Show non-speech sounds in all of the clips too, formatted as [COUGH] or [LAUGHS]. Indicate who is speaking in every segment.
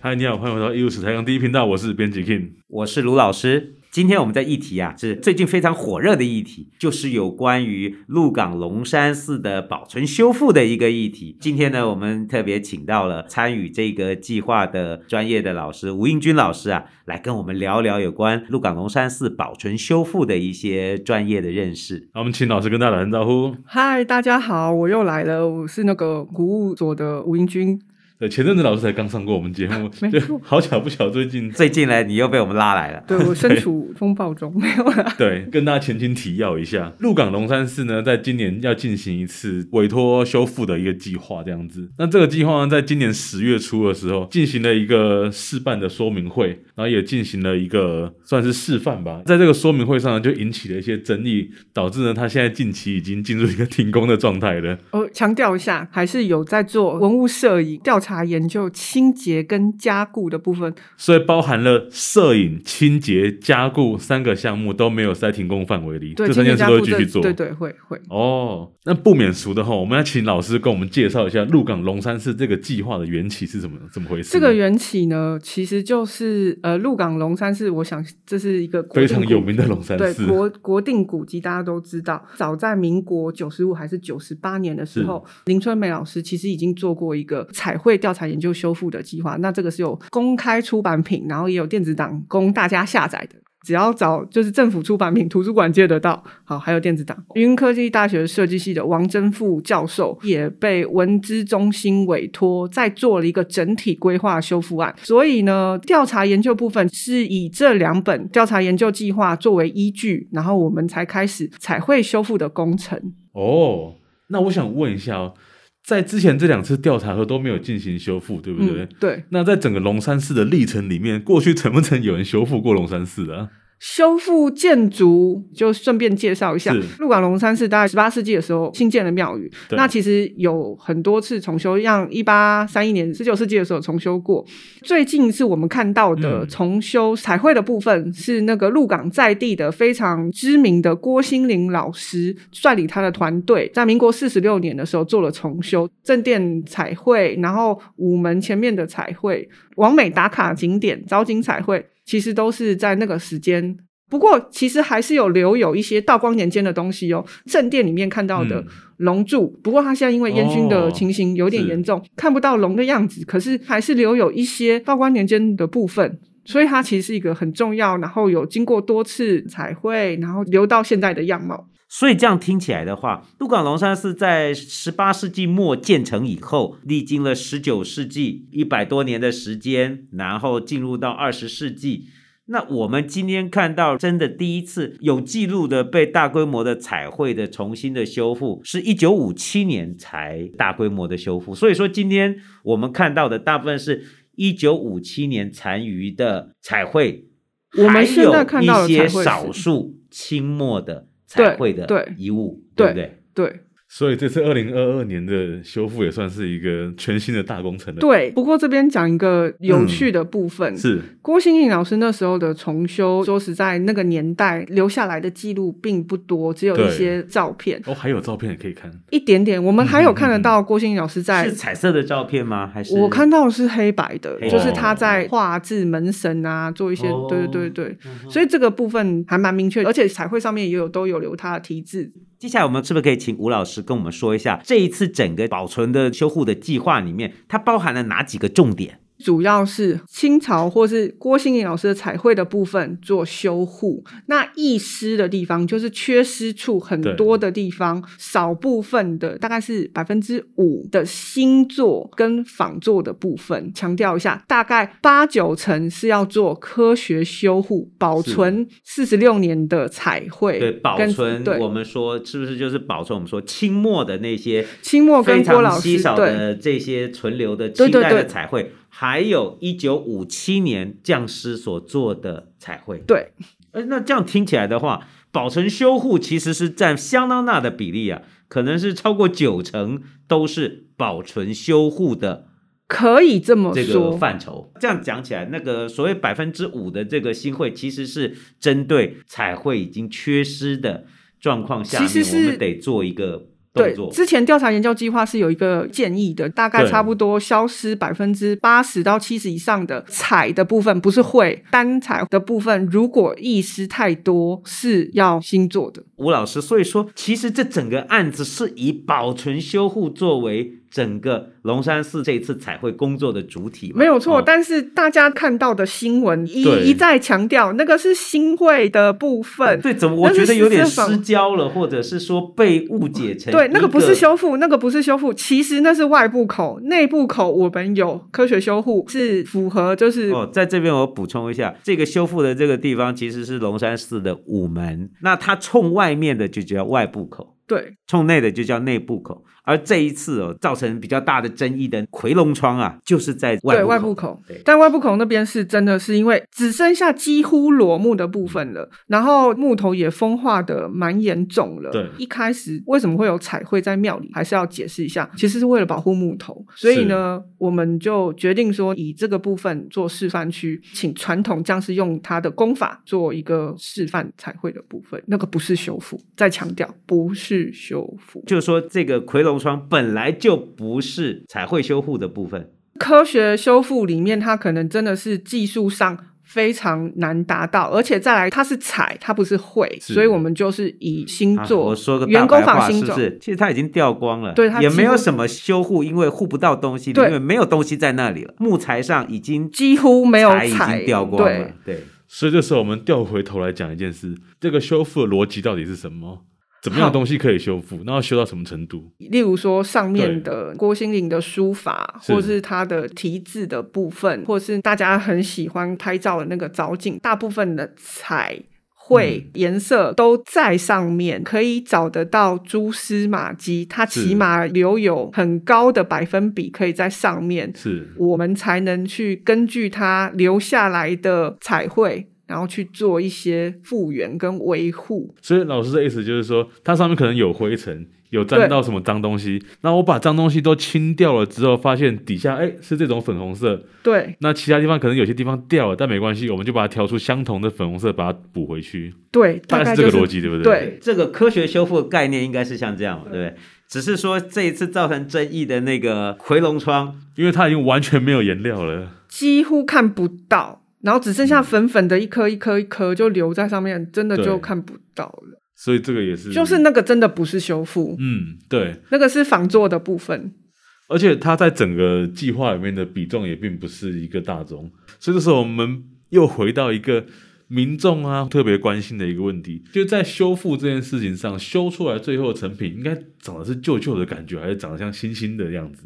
Speaker 1: 嗨，你好，欢迎回到艺术史台港第一频道，我是编辑 King。
Speaker 2: 我是卢老师。今天我们在议题啊，是最近非常火热的议题，就是有关于鹿港龙山寺的保存修复的一个议题。今天呢，我们特别请到了参与这个计划的专业的老师吴英军老师啊，来跟我们聊聊有关鹿港龙山寺保存修复的一些专业的认识。
Speaker 1: 那我们请老师跟大家打声招呼。
Speaker 3: 嗨，大家好，我又来了，我是那个古物所的吴英君。
Speaker 1: 对，前阵子老师才刚上过我们节目，
Speaker 3: 没
Speaker 1: 就
Speaker 3: 错
Speaker 1: 好巧不巧，最
Speaker 3: [LAUGHS]
Speaker 1: 近
Speaker 2: 最近呢，你又被我们拉来了。
Speaker 3: 对我身处风暴中， [LAUGHS] 没有啦。
Speaker 1: 对，跟大家前情提要一下，鹿港龙山寺呢，在今年要进行一次委托修复的一个计划，这样子。那这个计划呢，在今年十月初的时候，进行了一个示范的说明会，然后也进行了一个算是示范吧。在这个说明会上呢，就引起了一些争议，导致呢，它现在近期已经进入一个停工的状态了。
Speaker 3: 我强调一下，还是有在做文物摄影调查研究、清洁跟加固的部分。
Speaker 1: 所以包含了摄影、清洁、加固三个项目都没有在停工范围里，
Speaker 3: 对，
Speaker 1: 这三
Speaker 3: 清
Speaker 1: 件事
Speaker 3: 洁加
Speaker 1: 都
Speaker 3: 固
Speaker 1: 会继续做。
Speaker 3: 对对会会。
Speaker 1: 哦，那不免俗的话，我们要请老师跟我们介绍一下鹿港龙山寺这个计划的缘起是怎么怎么回事
Speaker 3: 这
Speaker 1: 呢？
Speaker 3: 个缘起呢，其实就是呃，鹿港龙山寺，我想这是一个国
Speaker 1: 非
Speaker 3: 定
Speaker 1: 常
Speaker 3: 古
Speaker 1: 有名的龙山
Speaker 3: 对
Speaker 1: 寺，
Speaker 3: 国国定古迹，大家都知道，早在民国九十五还是九十八年的时候，林春梅老师其实已经做过一个彩绘调查研究修复的计划。那这个是有公开出版品，然后也有电子档供大家下载的。只要找就是政府出版品图书馆借得到，好，还有电子档。云科技大学设计系的王真富教授也被文资中心委托，在做了一个整体规划修复案。所以呢，调查研究部分是以这两本调查研究计划作为依据，然后我们才开始彩绘修复的工程。
Speaker 1: 哦，那我想问一下哦，在之前这两次调查后都没有进行修复，对不对？
Speaker 3: 嗯，对，
Speaker 1: 那在整个龙山寺的历程里面，过去曾不曾有人修复过龙山寺啊？
Speaker 3: 修复建筑就顺便介绍一下
Speaker 1: 是，
Speaker 3: 鹿港龙山寺大概十八世纪的时候新建的庙宇，
Speaker 1: 对
Speaker 3: 那其实有很多次重修，像一八三一年十九世纪的时候重修过。最近是我们看到的
Speaker 1: 嗯
Speaker 3: 重修彩绘的部分，是那个鹿港在地的非常知名的郭新林老师率领他的团队，在民国四十六年的时候做了重修，正殿彩绘，然后午门前面的彩绘，完美打卡景点、藻景彩绘，其实都是在那个时间。不过，其实还是有留有一些道光年间的东西哦。正殿里面看到的
Speaker 1: 嗯
Speaker 3: 龙柱，不过它现在因为烟熏
Speaker 1: 哦
Speaker 3: 的情形有点
Speaker 1: 是
Speaker 3: 严重，看不到龙的样子，可是还是留有一些道光年间的部分。所以它其实是一个很重要，然后有经过多次彩绘，然后留到现在的样貌。
Speaker 2: 所以这样听起来的话，鹿港龙山寺在十八世纪末建成以后，历经了十九世纪一百多年的时间，然后进入到二十世纪。那我们今天看到，真的第一次有记录的被大规模的彩绘的重新的修复，是一九五七年才大规模的修复。所以说，今天我们看到的大部分是一九五七年残余的彩绘，
Speaker 3: 我们
Speaker 2: 还
Speaker 3: 现在看
Speaker 2: 有
Speaker 3: 到的
Speaker 2: 一些
Speaker 3: 彩绘是
Speaker 2: 少数清末的彩绘的
Speaker 3: 对对
Speaker 2: 遗物，对
Speaker 3: 对
Speaker 2: 不对？
Speaker 3: 对
Speaker 1: 所以这次二零二二年的修复也算是一个全新的大工程了。，
Speaker 3: 对，不过这边讲一个有趣的部分，
Speaker 1: 是
Speaker 3: 郭新颖老师那时候的重修，说实在，那个年代留下来的记录并不多，只有
Speaker 1: 对
Speaker 3: 一些照片，
Speaker 1: 哦，还有照片也可以看。
Speaker 3: 一点点。我们还
Speaker 2: 嗯
Speaker 3: 有看得到郭新颖老师在
Speaker 2: 是彩色的照片吗？还是
Speaker 3: 我看到的是黑白的
Speaker 2: 黑，白
Speaker 3: 就是他在画制门神啊，做一些
Speaker 2: 哦，
Speaker 3: 对对对对，
Speaker 2: 嗯哼
Speaker 3: 所以这个部分还蛮明确，而且彩绘上面也有都有留他的题字。
Speaker 2: 接下来我们是不是可以请吴老师跟我们说一下这一次整个保存的修护的计划里面，它包含了哪几个重点？
Speaker 3: 主要是清朝或是郭新颖老师的彩绘的部分做修护，那遗失的地方就是缺失处很多的地方，少部分的大概是百分之五的新作跟仿作的部分。强调一下，大概八九成是要做科学修护，保存四十六年的彩绘，
Speaker 2: 对，保
Speaker 3: 跟
Speaker 2: 存
Speaker 3: 对
Speaker 2: 我们说是不是就是保存我们说清末的那些
Speaker 3: 清末跟
Speaker 2: 非
Speaker 3: 郭
Speaker 2: 常
Speaker 3: 老
Speaker 2: 稀
Speaker 3: 师
Speaker 2: 少
Speaker 3: 对。
Speaker 2: 的这些存留的
Speaker 3: 对
Speaker 2: 清
Speaker 3: 对
Speaker 2: 代的
Speaker 3: 对
Speaker 2: 彩绘，还有一九五七年匠师所做的彩绘。
Speaker 3: 对，
Speaker 2: 哎，那这样听起来的话，保存修护其实是占相当大的比例啊，可能是超过九成都是保存修护的
Speaker 3: 可以这么
Speaker 2: 这个
Speaker 3: 说，
Speaker 2: 范畴。这样讲起来，那个所谓百分之五的这个新会，其实是针对彩绘已经缺失的状况下面，
Speaker 3: 其实是
Speaker 2: 我们得做一个动
Speaker 3: 对
Speaker 2: 作，，
Speaker 3: 之前调查研究计划是有一个建议的，大概
Speaker 1: 对
Speaker 3: 差不多消失百分之八十到七十以上的采的部分，不是会单采的部分，如果意思太多是要新做的。
Speaker 2: 吴老师，所以说，其实这整个案子是以保存修护作为整个龙山寺这一次彩绘工作的主体嘛，
Speaker 3: 没有错，
Speaker 2: 哦
Speaker 3: 但是大家看到的新闻一
Speaker 1: 对
Speaker 3: 一再强调，那个是新会的部分。
Speaker 2: 对，怎么我
Speaker 3: 但是
Speaker 2: 觉得有点
Speaker 3: 私访
Speaker 2: 失焦了，或者是说被误解成
Speaker 3: 对，那
Speaker 2: 一个
Speaker 3: 个不是修复，那个不是修复，其实那是外部口，内部口我们有科学修护，是符合就是
Speaker 2: 哦，在这边我补充一下，这个修复的这个地方其实是龙山寺的午门，那它冲外面的就叫外部口。
Speaker 3: 对
Speaker 2: 冲内的就叫内部口，而这一次哦，造成比较大的争议的回龙窗啊，就是在外
Speaker 3: 对
Speaker 2: 部
Speaker 3: 外
Speaker 2: 口
Speaker 3: 部口
Speaker 2: 对，
Speaker 3: 但外部口那边是真的是因为只剩下几乎裸木的部分了，然后木头也风化的蛮严重了。
Speaker 1: 对
Speaker 3: 一开始为什么会有彩绘在庙里，还是要解释一下，其实是为了保护木头，所以呢，我们就决定说以这个部分做示范区，请传统匠师用他的功法做一个示范彩绘的部分，那个不是修复，再强调不是修复。
Speaker 2: 就是说，这个夔龙窗本来就不是彩绘修护的部分，
Speaker 3: 科学修复里面，它可能真的是技术上非常难达到，而且再来它是彩，它不是绘，
Speaker 1: 是
Speaker 3: 所以我们就是以星
Speaker 2: 啊
Speaker 3: 座、
Speaker 2: 我说个大
Speaker 3: 员工
Speaker 2: 白
Speaker 3: 法
Speaker 2: 话，
Speaker 3: 星
Speaker 2: 是
Speaker 3: 座。
Speaker 2: 不是？其实它已经掉光了，
Speaker 3: 对它
Speaker 2: 也
Speaker 3: 几
Speaker 2: 没有
Speaker 3: 乎
Speaker 2: 什么修护，因为护不到东西了，
Speaker 3: 对
Speaker 2: 因为没有东西在那里了，木材上已经
Speaker 3: 几乎没有
Speaker 2: 材已
Speaker 3: 彩
Speaker 2: 经掉光
Speaker 3: 对
Speaker 2: 了，对。
Speaker 1: 所以这时候我们调回头来讲一件事：这个修复的逻辑到底是什么？怎么样的
Speaker 3: 好
Speaker 1: 东西可以修复？那要修到什么程度？
Speaker 3: 例如说上面
Speaker 1: 对
Speaker 3: 的郭心凌的书法，
Speaker 1: 是
Speaker 3: 或是他的题字的部分，或是大家很喜欢拍照的那个藻井，大部分的彩。绘
Speaker 1: 嗯
Speaker 3: 颜色都在上面，可以找得到蛛丝马迹，它
Speaker 1: 是
Speaker 3: 起码留有很高的百分比，可以在上面，
Speaker 1: 是
Speaker 3: 我们才能去根据它留下来的彩绘，然后去做一些复原跟维护。
Speaker 1: 所以老师的意思就是说，它上面可能有灰尘，有沾
Speaker 3: 对
Speaker 1: 到什么脏东西。那我把脏东西都清掉了之后，发现底下哎、是这种粉红色，
Speaker 3: 对，
Speaker 1: 那其他地方可能有些地方掉了，但没关系，我们就把它调出相同的粉红色，把它补回去，
Speaker 3: 对，
Speaker 1: 大
Speaker 3: 大
Speaker 1: 概
Speaker 3: 概
Speaker 1: 是这
Speaker 3: 就
Speaker 1: 个
Speaker 3: 是
Speaker 1: 逻辑，对不对？
Speaker 3: 对
Speaker 2: 这个科学修复的概念应该是像这样，对不对？只是说这一次造成争议的那个回龙窗，
Speaker 1: 因为它已经完全没有颜料了，
Speaker 3: 几乎看不到，然后只剩下粉粉的一颗一颗一颗就留在上面，真的
Speaker 1: 对
Speaker 3: 就看不到了。
Speaker 1: 所以这个也是
Speaker 3: 就是那个真的不是修复，
Speaker 1: 嗯对，
Speaker 3: 那个是仿作的部分。
Speaker 1: 而且它在整个计划里面的比重也并不是一个大宗，所以这时候我们又回到一个民众啊特别关心的一个问题，就在修复这件事情上，修出来最后的成品应该长得是旧旧的感觉，还是长得像新新的样子？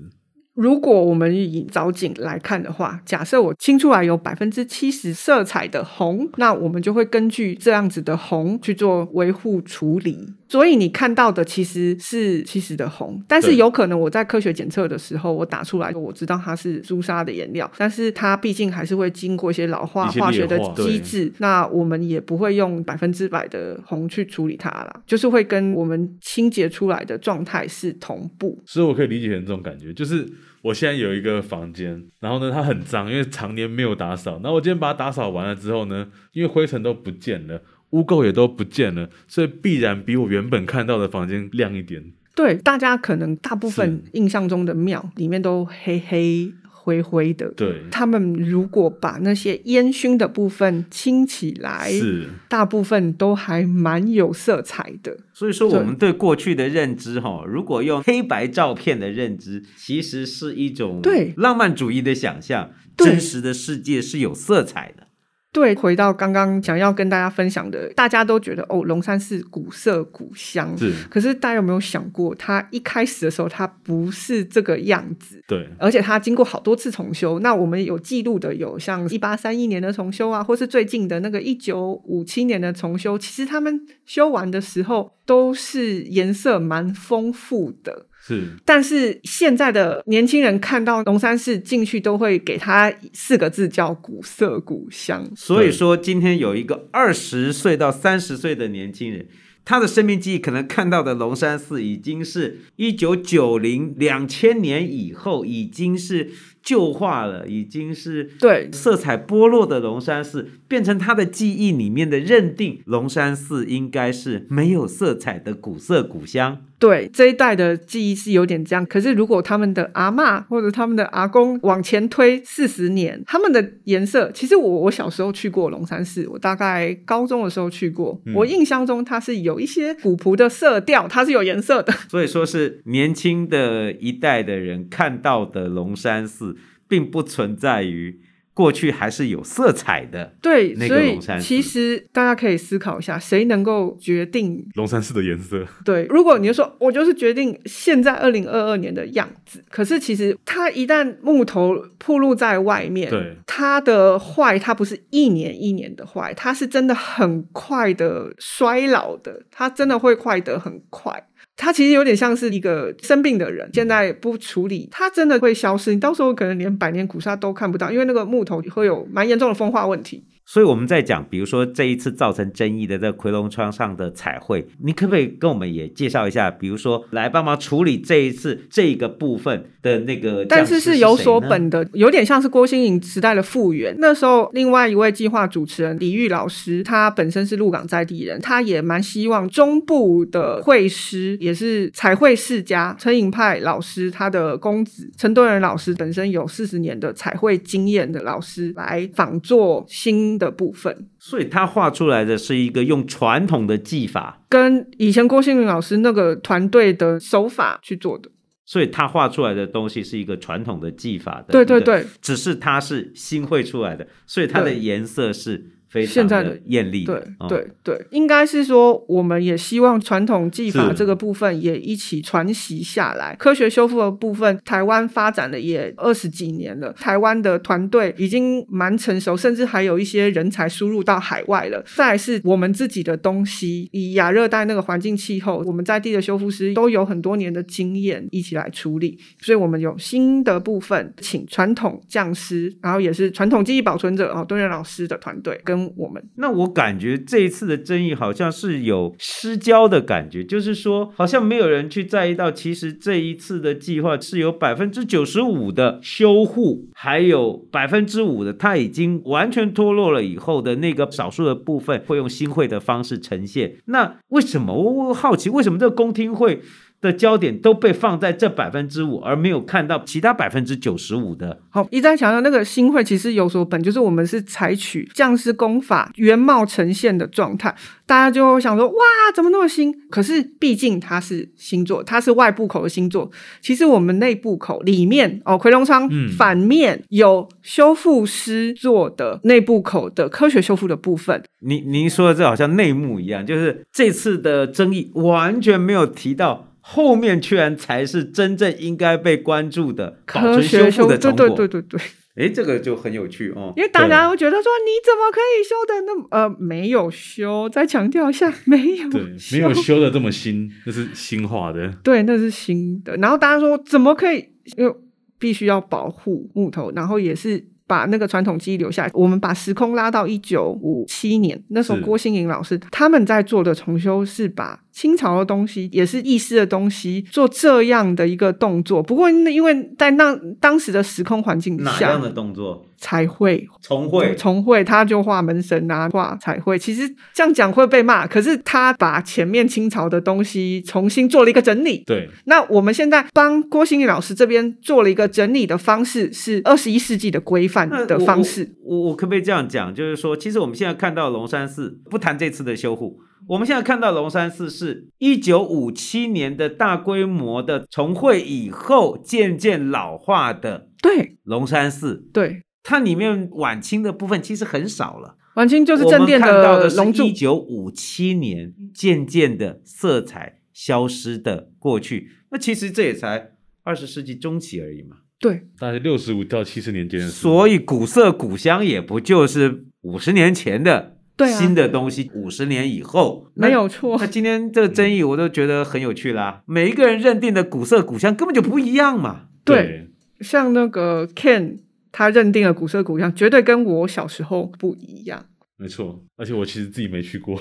Speaker 3: 如果我们以藻井来看的话，假设我清出来有百分之七十色彩的红，那我们就会根据这样子的红去做维护处理。所以你看到的其实是七十的红，但是
Speaker 1: 对
Speaker 3: 有可能我在科学检测的时候，我打出来我知道它是朱砂的颜料，但是它毕竟还是会经过一些老化
Speaker 1: 一些
Speaker 3: 化
Speaker 1: 劣
Speaker 3: 学的
Speaker 1: 化
Speaker 3: 机制，那我们也不会用百分之百的红去处理它啦，就是会跟我们清洁出来的状态是同步。
Speaker 1: 所以我可以理解成这种感觉，就是我现在有一个房间，然后呢它很脏，因为常年没有打扫，然后我今天把它打扫完了之后呢，因为灰尘都不见了。污垢也都不见了，所以必然比我原本看到的房间亮一点。
Speaker 3: 对，大家可能大部分印象中的庙里面都黑黑灰灰的。
Speaker 1: 对，
Speaker 3: 他们如果把那些烟熏的部分清起来，
Speaker 1: 是
Speaker 3: 大部分都还蛮有色彩的。
Speaker 2: 所以说我
Speaker 3: 对
Speaker 2: 们对过去的认知、哈，如果用黑白照片的认知，其实是一种
Speaker 3: 对
Speaker 2: 浪漫主义的想象，
Speaker 3: 对
Speaker 2: 真实的世界是有色彩的。
Speaker 3: 对，回到刚刚想要跟大家分享的，大家都觉得哦，龙山寺古色古香，
Speaker 1: 是，
Speaker 3: 可是大家有没有想过，它一开始的时候它不是这个样子？
Speaker 1: 对，
Speaker 3: 而且它经过好多次重修。那我们有记录的有像一八三一年的重修啊，或是最近的那个一九五七年的重修。其实他们修完的时候都是颜色蛮丰富的。
Speaker 1: 是
Speaker 3: 但是现在的年轻人看到龙山寺进去，都会给它四个字叫“古色古香
Speaker 2: 所以说，今天有一个二十岁到三十岁的年轻人，他的生命记忆可能看到的龙山寺，已经是一九九零、两千年以后，已经是旧化了，已经是
Speaker 3: 对
Speaker 2: 色彩剥落的龙山寺，变成他的记忆里面的认定，龙山寺应该是没有色彩的古色古香。
Speaker 3: 对，这一代的记忆是有点这样。可是如果他们的阿嬷或者他们的阿公往前推四十年，他们的颜色，其实我我小时候去过龙山寺，我大概高中的时候去过，
Speaker 1: 嗯
Speaker 3: 我印象中它是有一些古朴的色调，它是有颜色的。 [LAUGHS]
Speaker 2: 所以说是年轻的一代的人看到的龙山寺，并不存在于过去还是有色彩的。
Speaker 3: 对，
Speaker 2: 那个
Speaker 3: 所以
Speaker 2: 龙山寺
Speaker 3: 其实大家可以思考一下，谁能够决定
Speaker 1: [LAUGHS] 龙山寺的颜色，
Speaker 3: 对，如果你就说我就是决定现在二零二二年的样子，可是其实它一旦木头暴露在外面，
Speaker 1: 对
Speaker 3: 它的坏，它不是一年一年的坏，它是真的很快的衰老的，它真的会坏得很快。它其实有点像是一个生病的人，现在不处理，它真的会消失。你到时候可能连百年古刹都看不到，因为那个木头会有蛮严重的风化问题。
Speaker 2: 所以我们在讲，比如说这一次造成争议的在回龙窗上的彩绘，你可不可以跟我们也介绍一下？比如说来帮忙处理这一次这个部分的那个
Speaker 3: 但
Speaker 2: 匠师
Speaker 3: 是
Speaker 2: 是
Speaker 3: 是有
Speaker 2: 谁
Speaker 3: 所
Speaker 2: 呢。
Speaker 3: 本的，有点像是郭新颖时代的复原。那时候，另外一位计划主持人李玉老师，他本身是鹿港在地人，他也蛮希望中部的绘师，也是彩绘世家陈颖派老师，他的公子陈敦仁老师，本身有四十年的彩绘经验的老师，来仿作新的部分。
Speaker 2: 所以他画出来的是一个用传统的技法，
Speaker 3: 跟以前郭新颖老师那个团队的手法去做的，
Speaker 2: 所以他画出来的东西是一个传统的技法的。
Speaker 3: 对对对，
Speaker 2: 只是它是新绘出来的，所以它的
Speaker 3: 对
Speaker 2: 颜色是非常
Speaker 3: 现在
Speaker 2: 的
Speaker 3: 的
Speaker 2: 艳丽
Speaker 3: 对
Speaker 2: 的。哦
Speaker 3: 对对，应该是说，我们也希望传统技法
Speaker 1: 是
Speaker 3: 这个部分也一起传习下来。科学修复的部分，台湾发展了也二十几年了，台湾的团队已经蛮成熟，甚至还有一些人才输入到海外了。再来是我们自己的东西，以亚热带那个环境气候，我们在地的修复师都有很多年的经验，一起来处理。所以我们有新的部分，请传统匠师，然后也是传统技艺保存者哦，敦元老师的团队跟我们
Speaker 2: 那我感觉这一次的争议好像是有失焦的感觉，就是说好像没有人去在意到，其实这一次的计划是有百分之九十五的修护，还有百分之五的它已经完全脱落了以后的那个少数的部分会用新会的方式呈现。那为什么我我好奇为什么这个公听会？的焦点都被放在这百分之五，而没有看到其他百分之九十五的
Speaker 3: 好，一再强调那个新会其实有所本，就是我们是采取匠师功法原貌呈现的状态，大家就会想说哇，怎么那么新？可是毕竟它是星座，它是外部口的星座，其实我们内部口里面哦，回龙窗
Speaker 1: 嗯
Speaker 3: 反面有修复师做的内部口的科学修复的部分，
Speaker 2: 您您说的这好像内幕一样，就是这次的争议完全没有提到，后面居然才是真正应该被关注的保
Speaker 3: 科
Speaker 2: 存
Speaker 3: 学
Speaker 2: 复的
Speaker 3: 对
Speaker 2: 成
Speaker 3: 对
Speaker 2: 果。
Speaker 3: 对对对。
Speaker 2: 哎，这个就很有趣哦。
Speaker 3: 因为大家会觉得说你怎么可以修的那么呃没有修，再强调一下没有
Speaker 1: 对，没有修的这么新，那是新画的，
Speaker 3: 对，那是新的。然后大家说怎么可以？因为必须要保护木头，然后也是把那个传统技艺留下来。我们把时空拉到一九五七年，那时候
Speaker 1: 是
Speaker 3: 郭新颖老师他们在做的重修是把清朝的东西，也是意式的东西，做这样的一个动作。不过因为在那当时的时空环境
Speaker 2: 哪样
Speaker 3: 下
Speaker 2: 的动作？
Speaker 3: 才会
Speaker 2: 重绘
Speaker 3: 重绘，他就画门神啊，画彩绘。其实这样讲会被骂，可是他把前面清朝的东西重新做了一个整理。
Speaker 1: 对，
Speaker 3: 那我们现在帮郭新宇老师这边做了一个整理的方式，是二十一世纪的规范
Speaker 2: 那
Speaker 3: 的
Speaker 2: 嗯我
Speaker 3: 方式。。
Speaker 2: 我我我可不可以这样讲？就是说，其实我们现在看到龙山寺，不谈这次的修护，我们现在看到龙山寺是一九五七年的大规模的重绘以后渐渐老化的
Speaker 3: 对
Speaker 2: 龙山寺。
Speaker 3: 对，
Speaker 2: 它里面晚清的部分其实很少了，
Speaker 3: 晚清就是正殿
Speaker 2: 我们看到
Speaker 3: 的
Speaker 2: 是
Speaker 3: 龙柱
Speaker 2: 一。九五七年渐渐的色彩消失的过去，那其实这也才二十世纪中期而已嘛。
Speaker 3: 对
Speaker 1: 大概六十五到七十年啊间的事。
Speaker 2: 所以古色古香也不就是五十年前的
Speaker 3: 对啊
Speaker 2: 新的东西，五十、年以后那
Speaker 3: 没有错
Speaker 2: 那今天这个争议我都觉得很有趣啦，每一个人认定的古色古香根本就不一样嘛。
Speaker 1: 对，
Speaker 3: 像那个 Ken，他认定了古色古香，绝对跟我小时候不一样。
Speaker 1: 没错，而且我其实自己没去过。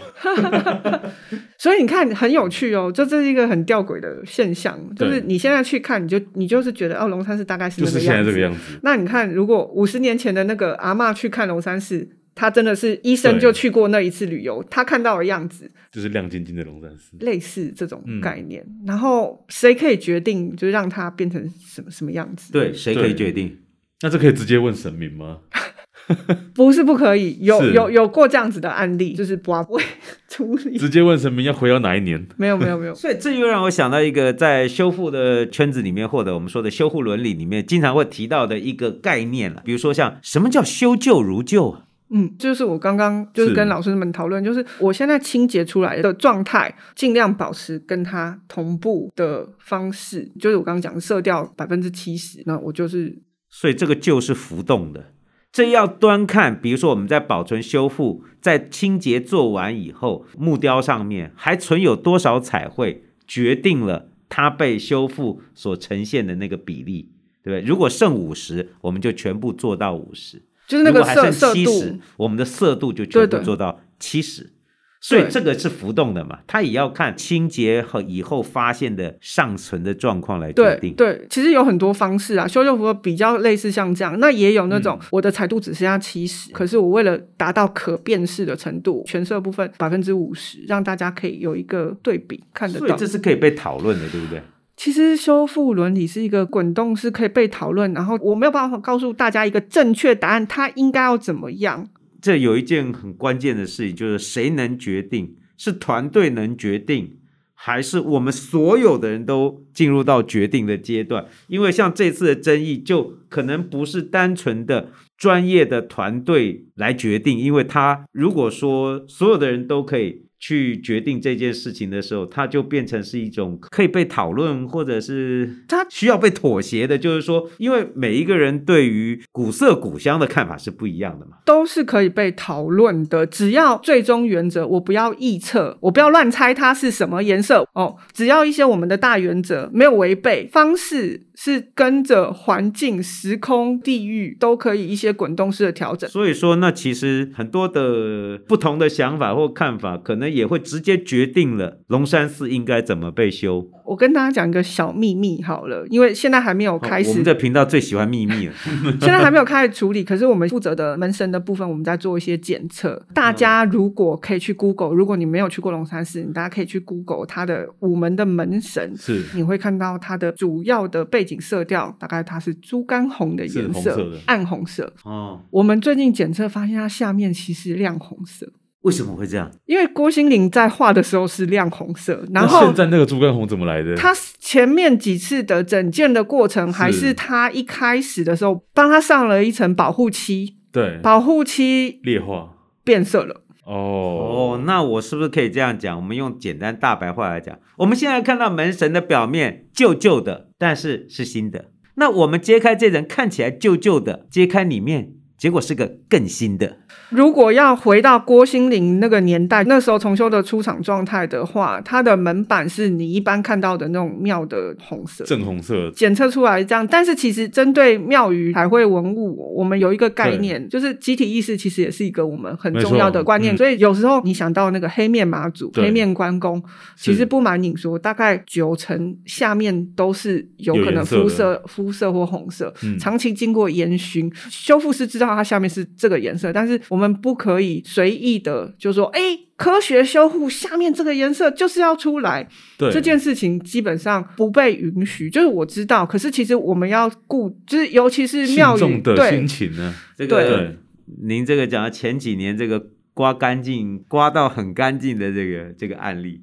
Speaker 3: 所以你看很有趣哦，这这是一个很吊诡的现象，就
Speaker 1: 对
Speaker 3: 是你现在去看，你就你就是觉得哦，龙山寺大概是
Speaker 1: 就
Speaker 3: 那
Speaker 1: 是
Speaker 3: 个
Speaker 1: 现在
Speaker 3: 样
Speaker 1: 这个
Speaker 3: 子。
Speaker 1: 样子。
Speaker 3: 那你看，如果五十年前的那个阿嬷去看龙山寺，她真的是医生
Speaker 1: 对
Speaker 3: 就去过那一次旅游，她看到的样子
Speaker 1: 就是亮晶晶的龙山寺。
Speaker 3: 类似这种
Speaker 1: 嗯
Speaker 3: 概念。然后谁可以决定，就是让它变成什么什么样子？
Speaker 2: 对，谁可以
Speaker 1: 对
Speaker 2: 决定？
Speaker 1: 那这可以直接问神明
Speaker 3: [LAUGHS]
Speaker 1: 吗？
Speaker 3: 不是不可以，有
Speaker 1: 是
Speaker 3: 有有过这样子的案例，就是不会 [LAUGHS] 处理。
Speaker 1: 直接问神明要回到哪一年？
Speaker 3: 没有没有
Speaker 1: [LAUGHS]
Speaker 3: 没有，
Speaker 2: 所以这又让我想到一个在修复的圈子里面，或者我们说的修护伦理里面，经常会提到的一个概念了。比如说像什么叫修旧如旧啊？
Speaker 3: 嗯，就是我刚刚就是
Speaker 1: 是
Speaker 3: 跟老师们讨论，就是我现在清洁出来的状态，尽量保持跟它同步的方式，就是我刚刚讲的色调百分之七十，那我就是
Speaker 2: 所以这个旧是浮动的，这要端看。比如说我们在保存修复，在清洁做完以后，木雕上面还存有多少彩绘，决定了它被修复所呈现的那个比例，对不对？如果剩五十，我们就全部做到五十；
Speaker 3: 就是那
Speaker 2: 如
Speaker 3: 个
Speaker 2: 果还
Speaker 3: 色色
Speaker 2: 剩
Speaker 3: 度
Speaker 2: 七十，我们的色度就全
Speaker 3: 对
Speaker 2: 部
Speaker 3: 对
Speaker 2: 做到七十。所以
Speaker 3: 对
Speaker 2: 这个是浮动的嘛，它也要看清洁和以后发现的尚存的状况来决
Speaker 3: 对
Speaker 2: 定。
Speaker 3: 对，其实有很多方式啊，修旧符合比较类似像这样，那也有那种、
Speaker 2: 嗯
Speaker 3: 我的彩度只剩下七十，可是我为了达到可辨识的程度，全色部分百分之五十，让大家可以有一个对比看得
Speaker 2: 所以
Speaker 3: 到
Speaker 2: 这。是可以被讨论的，对不对？
Speaker 3: 其实修复伦理是一个滚动，是可以被讨论，然后我没有办法告诉大家一个正确答案，它应该要怎么样。
Speaker 2: 这有一件很关键的事情，就是谁能决定？是团队能决定，还是我们所有的人都进入到决定的阶段？因为像这次的争议，就可能不是单纯的专业的团队来决定，因为他如果说所有的人都可以。去决定这件事情的时候，它就变成是一种可以被讨论，或者是
Speaker 3: 它
Speaker 2: 需要被妥协的。就是说，因为每一个人对于古色古香的看法是不一样的嘛。
Speaker 3: 都是可以被讨论的，只要最终原则，我不要臆测，我不要乱猜它是什么颜色哦。只要一些我们的大原则没有违背，方式是跟着环境、时空、地域都可以一些滚动式的调整。
Speaker 2: 所以说，那其实很多的不同的想法或看法，可能也会直接决定了龙山寺应该怎么被修。
Speaker 3: 我跟大家讲一个小秘密好了，因为现在还没有开
Speaker 2: 哦我
Speaker 3: 始 [LAUGHS]
Speaker 2: 们这频道最喜欢秘密了，
Speaker 3: 现在还没有开始处理，可是我们负责的门神的部分，我们在做一些检测。
Speaker 2: 嗯
Speaker 3: 大家如果可以去 Google，如果你没有去过龙山寺，你大家可以去 Google 它的午门的门神，
Speaker 1: 是
Speaker 3: 你会看到它的主要的背景色调，大概它是猪肝红的
Speaker 1: 是
Speaker 3: 颜色，
Speaker 1: 红色的
Speaker 3: 暗红色。
Speaker 2: 哦，
Speaker 3: 我们最近检测发现，它下面其实亮红色。
Speaker 2: 为什么会这样？
Speaker 3: 因为郭心凌在画的时候是亮红色，然
Speaker 1: 那
Speaker 3: 后
Speaker 1: 现在那个猪肝红怎么来的？
Speaker 3: 他前面几次的整件的过程，还是他一开始的时候帮他上了一层保护漆，
Speaker 1: 对
Speaker 3: 保护漆
Speaker 1: 劣化
Speaker 3: 变色了。
Speaker 1: 哦
Speaker 2: 哦，那我是不是可以这样讲？我们用简单大白话来讲，我们现在看到门神的表面旧旧的，但是是新的。那我们揭开这人看起来旧旧的，揭开里面，结果是个更新的。
Speaker 3: 如果要回到郭心凌那个年代，那时候重修的出厂状态的话，它的门板是你一般看到的那种庙的红色。
Speaker 1: 正红色
Speaker 3: 检测出来这样，但是其实针对庙宇彩绘文物，我们有一个概念，就是集体意识，其实也是一个我们很重要的观念。
Speaker 1: 没错嗯
Speaker 3: 所以有时候你想到那个黑面马祖、
Speaker 1: 对
Speaker 3: 黑面关公，
Speaker 1: 是
Speaker 3: 其实不瞒你说，大概九成下面都是有可能
Speaker 1: 有
Speaker 3: 肤
Speaker 1: 颜色
Speaker 3: 色、肤色或红色，
Speaker 1: 嗯
Speaker 3: 长期经过烟熏，修复师知道它下面是这个颜色，但是我们不可以随意的就说，哎、科学修护下面这个颜色就是要出来，
Speaker 1: 对
Speaker 3: 这件事情基本上不被允许，就是我知道，可是其实我们要顾，就是尤其是
Speaker 1: 信
Speaker 3: 庙宇
Speaker 1: 众的心
Speaker 3: 对。
Speaker 1: 情啊呢？
Speaker 2: 这
Speaker 3: 对
Speaker 2: 个
Speaker 1: 对，
Speaker 2: 您这个讲到前几年这个刮干净、刮到很干净的这个这个案例，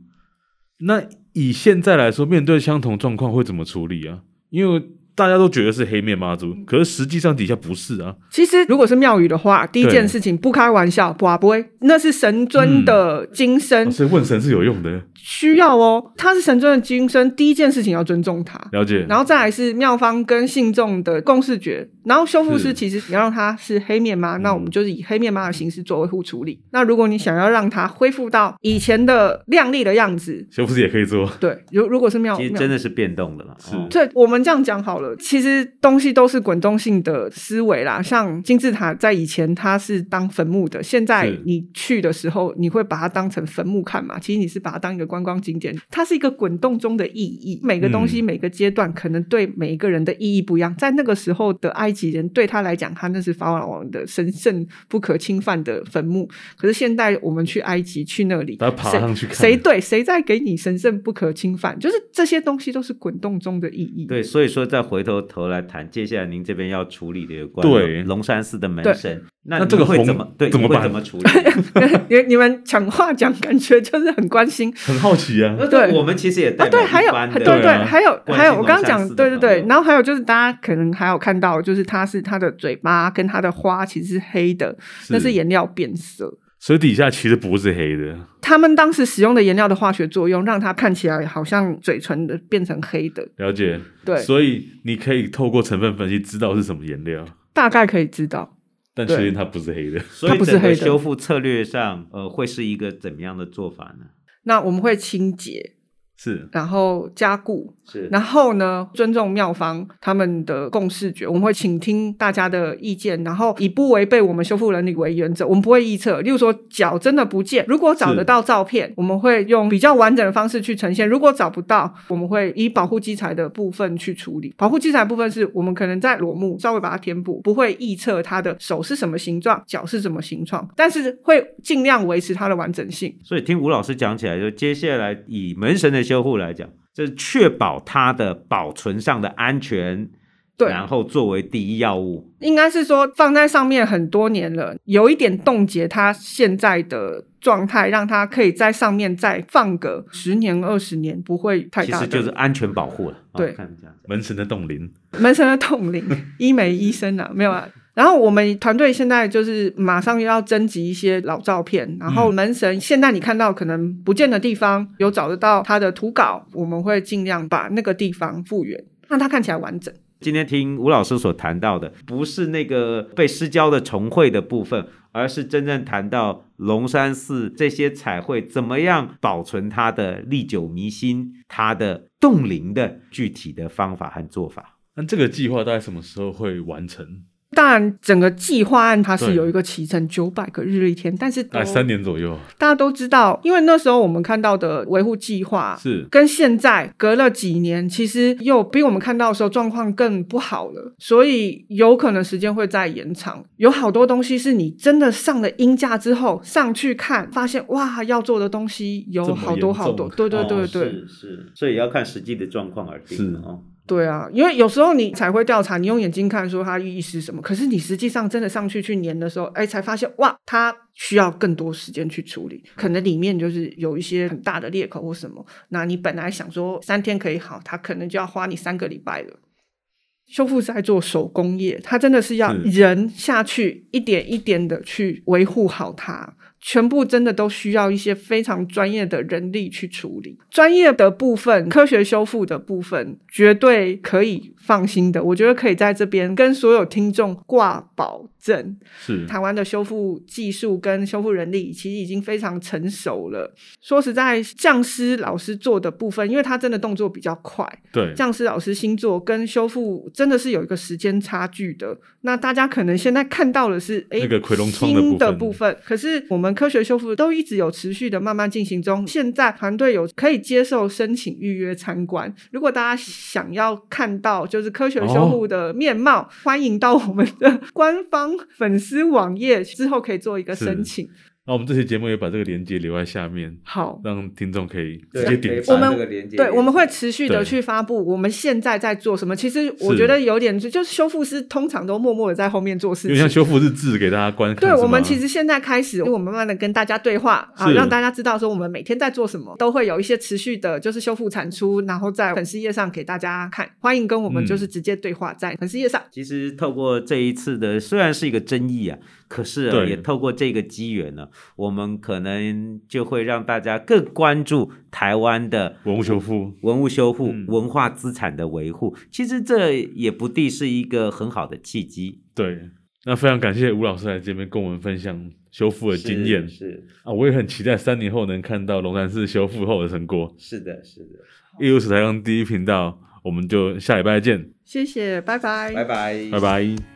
Speaker 1: 那以现在来说，面对相同状况会怎么处理啊？因为大家都觉得是黑面妈祖，可是实际上底下不是啊。
Speaker 3: 其实如果是庙宇的话，第一件事情不开玩笑，不啊不会，那是神尊的金身，
Speaker 1: 哦所以问神是有用的，
Speaker 3: 需要哦，他是神尊的金身，第一件事情要尊重他，
Speaker 1: 了解。
Speaker 3: 然后再来是庙方跟信众的共识觉。然后修复
Speaker 1: 是嗯
Speaker 3: 师其实你要让它是黑面妈，那我们就是以黑面妈的形式做维护处理。那如果你想要让它恢复到以前的亮丽的样子，
Speaker 1: 修复师也可以做，
Speaker 3: 对，如如果是妙
Speaker 2: 其实
Speaker 3: 妙
Speaker 2: 真的是变动的了。
Speaker 1: 是
Speaker 2: 哦
Speaker 3: 对，我们这样讲好了。其实东西都是滚动性的思维啦，像金字塔在以前它是当坟墓的，现在
Speaker 1: 是
Speaker 3: 你去的时候你会把它当成坟墓看嘛？其实你是把它当一个观光景点，它是一个滚动中的意义。每个东西、
Speaker 1: 嗯
Speaker 3: 每个阶段可能对每一个人的意义不一样，在那个时候的埃及人对他来讲，他那是法老王的神圣不可侵犯的坟墓。可是现在我们去埃及去那里，
Speaker 1: 他爬
Speaker 3: 谁
Speaker 1: 上去看
Speaker 3: 谁对谁在给你神圣不可侵犯，就是这些东西都是滚动中的意义。
Speaker 2: 对，所以说再回头头来谈，接下来您这边要处理的有关
Speaker 1: 对
Speaker 2: 龙山寺的门
Speaker 3: 对
Speaker 2: 神，那
Speaker 1: 那
Speaker 2: 你
Speaker 1: 这个
Speaker 2: 会
Speaker 1: 红
Speaker 2: 怎么对
Speaker 1: 怎
Speaker 2: 你
Speaker 1: 么
Speaker 2: 会
Speaker 1: 办
Speaker 2: 怎么
Speaker 1: [LAUGHS]
Speaker 2: 处理？
Speaker 3: [LAUGHS] 你你们讲话讲，感觉就是很关心
Speaker 1: 很好奇啊。
Speaker 2: 那
Speaker 3: 对
Speaker 2: 我们其实也代
Speaker 3: 啊。
Speaker 2: 表
Speaker 3: 对，还有
Speaker 2: 一般的
Speaker 3: 对
Speaker 1: 对
Speaker 3: 对
Speaker 1: 啊，
Speaker 3: 还有
Speaker 2: 关心
Speaker 3: 还有，我
Speaker 2: 龙
Speaker 3: 刚刚
Speaker 2: 山
Speaker 3: 讲
Speaker 2: 寺的
Speaker 3: 对对对
Speaker 2: 朋，友
Speaker 3: 然后还有就是大家可能还有看到，就是它是它的嘴巴跟它的花其实是黑的，那是颜料变色。
Speaker 1: 所以底下其实不是黑的，
Speaker 3: 他们当时使用的颜料的化学作用，让它看起来好像嘴唇的变成黑的，
Speaker 1: 了解。
Speaker 3: 对
Speaker 1: 所以你可以透过成分分析知道是什么颜料，
Speaker 3: 大概可以知道。
Speaker 1: 但
Speaker 3: 对
Speaker 1: 确定它不是黑的。
Speaker 2: 所
Speaker 3: 它
Speaker 2: 以
Speaker 3: 不是
Speaker 2: 整
Speaker 3: 黑
Speaker 2: 个
Speaker 3: 的
Speaker 2: 修复策略上，呃，会是一个怎么样的做法呢？
Speaker 3: 那我们会清洁，
Speaker 1: 是
Speaker 3: 然后加固，
Speaker 2: 是
Speaker 3: 然后呢，尊重妙方他们的共视觉，我们会倾听大家的意见，然后以不违背我们修复伦理为原则，我们不会臆测。例如说脚真的不见，如果找得到照片，我们会用比较完整的方式去呈现；如果找不到，我们会以保护基材的部分去处理。保护基材的部分是我们可能在裸木稍微把它填补，不会臆测它的手是什么形状，脚是什么形状，但是会尽量维持它的完整性。
Speaker 2: 所以听吴老师讲起来，就接下来以门神的修护来讲，就是确保它的保存上的安全，
Speaker 3: 对
Speaker 2: 然后作为第一要务。
Speaker 3: 应该是说放在上面很多年了，有一点冻结它现在的状态，让它可以在上面再放个十年二十年，不会太
Speaker 2: 其
Speaker 3: 大
Speaker 2: 实
Speaker 3: 的。
Speaker 2: 就是安全保护了。
Speaker 3: 对
Speaker 2: 哦、看这样子。
Speaker 1: 门神的冻龄，
Speaker 3: 门神的统
Speaker 2: [LAUGHS]
Speaker 3: 领，医美医生啊，没有啊。然后我们团队现在就是马上又要征集一些老照片，然
Speaker 2: 嗯
Speaker 3: 后门神现在你看到可能不见的地方有找得到他的图稿，我们会尽量把那个地方复原，让它看起来完整。
Speaker 2: 今天听吴老师所谈到的，不是那个被失焦的重绘的部分，而是真正谈到龙山寺这些彩绘怎么样保存它的历久弥新、它的冻龄的具体的方法和做法。
Speaker 1: 那这个计划大概什么时候会完成？
Speaker 3: 当然，整个计划案它是
Speaker 1: 对
Speaker 3: 有一个期程九百个日历天，但是
Speaker 1: 大
Speaker 2: 啊
Speaker 3: 都
Speaker 1: 概三年左右。
Speaker 3: 大家都知道，因为那时候我们看到的维护计划
Speaker 1: 是
Speaker 3: 跟现在隔了几年，其实又比我们看到的时候状况更不好了，所以有可能时间会再延长。有好多东西是你真的上了鹰架之后上去看，发现哇，要做的东西有好多好多，
Speaker 1: 这
Speaker 3: 对
Speaker 1: 么
Speaker 3: 对
Speaker 1: 严重哦
Speaker 3: 对对、
Speaker 2: 哦是是，所以要看实际的状况而定
Speaker 1: 是
Speaker 2: 哦。
Speaker 3: 对啊，因为有时候你才会调查，你用眼睛看说它意义是什么，可是你实际上真的上去去粘的时候，哎，才发现哇，它需要更多时间去处理，可能里面就是有一些很大的裂口或什么。那你本来想说三天可以好，它可能就要花你三个礼拜了。修复在做手工业，它真的是要
Speaker 1: 是
Speaker 3: 人下去一点一点的去维护好它，全部真的都需要一些非常专业的人力去处理。专业的部分、科学修复的部分，绝对可以放心的。我觉得可以在这边跟所有听众挂保证，
Speaker 1: 是
Speaker 3: 台湾的修复技术跟修复人力其实已经非常成熟了。说实在，匠师老师做的部分，因为他真的动作比较快，
Speaker 1: 对，
Speaker 3: 匠师老师星座跟修复真的是有一个时间差距的。那大家可能现在看到的是，哎，
Speaker 1: 那个奎龙窗的部分
Speaker 3: 新的部分，可是我们科学修复都一直有持续的慢慢进行中。现在团队有可以接受申请预约参观，如果大家想要看到就是科学修复的面
Speaker 1: 哦
Speaker 3: 貌，欢迎到我们的官方粉丝网页之后可以做一个
Speaker 1: 是
Speaker 3: 申请。
Speaker 1: 那我们这期节目也把这个连接留在下面，
Speaker 3: 好，
Speaker 1: 让听众可以直接点
Speaker 3: 我
Speaker 1: 赞。
Speaker 3: 们
Speaker 2: 这个连接
Speaker 3: 对，我们会持续的
Speaker 1: 对
Speaker 3: 去发布我们现在在做什么。其实我
Speaker 1: 是
Speaker 3: 觉得有点就是修复师通常都默默的在后面做
Speaker 1: 有
Speaker 3: 事
Speaker 1: 点像
Speaker 3: 情。
Speaker 1: 修复日志给大家观看。
Speaker 3: 对，
Speaker 1: 是
Speaker 3: 我
Speaker 1: 吗
Speaker 3: 们其实现在开始，因为我们慢慢的跟大家对话啊，
Speaker 1: 是
Speaker 3: 让大家知道说我们每天在做什么，都会有一些持续的，就是修复产出，然后在粉丝页上给大家看。欢迎跟我们
Speaker 1: 嗯
Speaker 3: 就是直接对话在粉丝页上。
Speaker 2: 其实透过这一次的，虽然是一个争议啊，可是啊、
Speaker 1: 对
Speaker 2: 也透过这个机缘呢、我们可能就会让大家更关注台湾的
Speaker 1: 文物修复，
Speaker 2: 文物修复、
Speaker 1: 嗯
Speaker 2: 文化资产的维护。其实这也不地是一个很好的契机。
Speaker 1: 对。那非常感谢吴老师来这边跟我们分享修复的经验
Speaker 2: 是
Speaker 1: 啊！我也很期待三年后能看到龙山寺修复后的成果。
Speaker 2: 是的，是的，
Speaker 1: 艺术史台上第一频道，我们就下礼拜见，
Speaker 3: 谢谢，拜拜，
Speaker 2: 拜。
Speaker 1: 拜拜。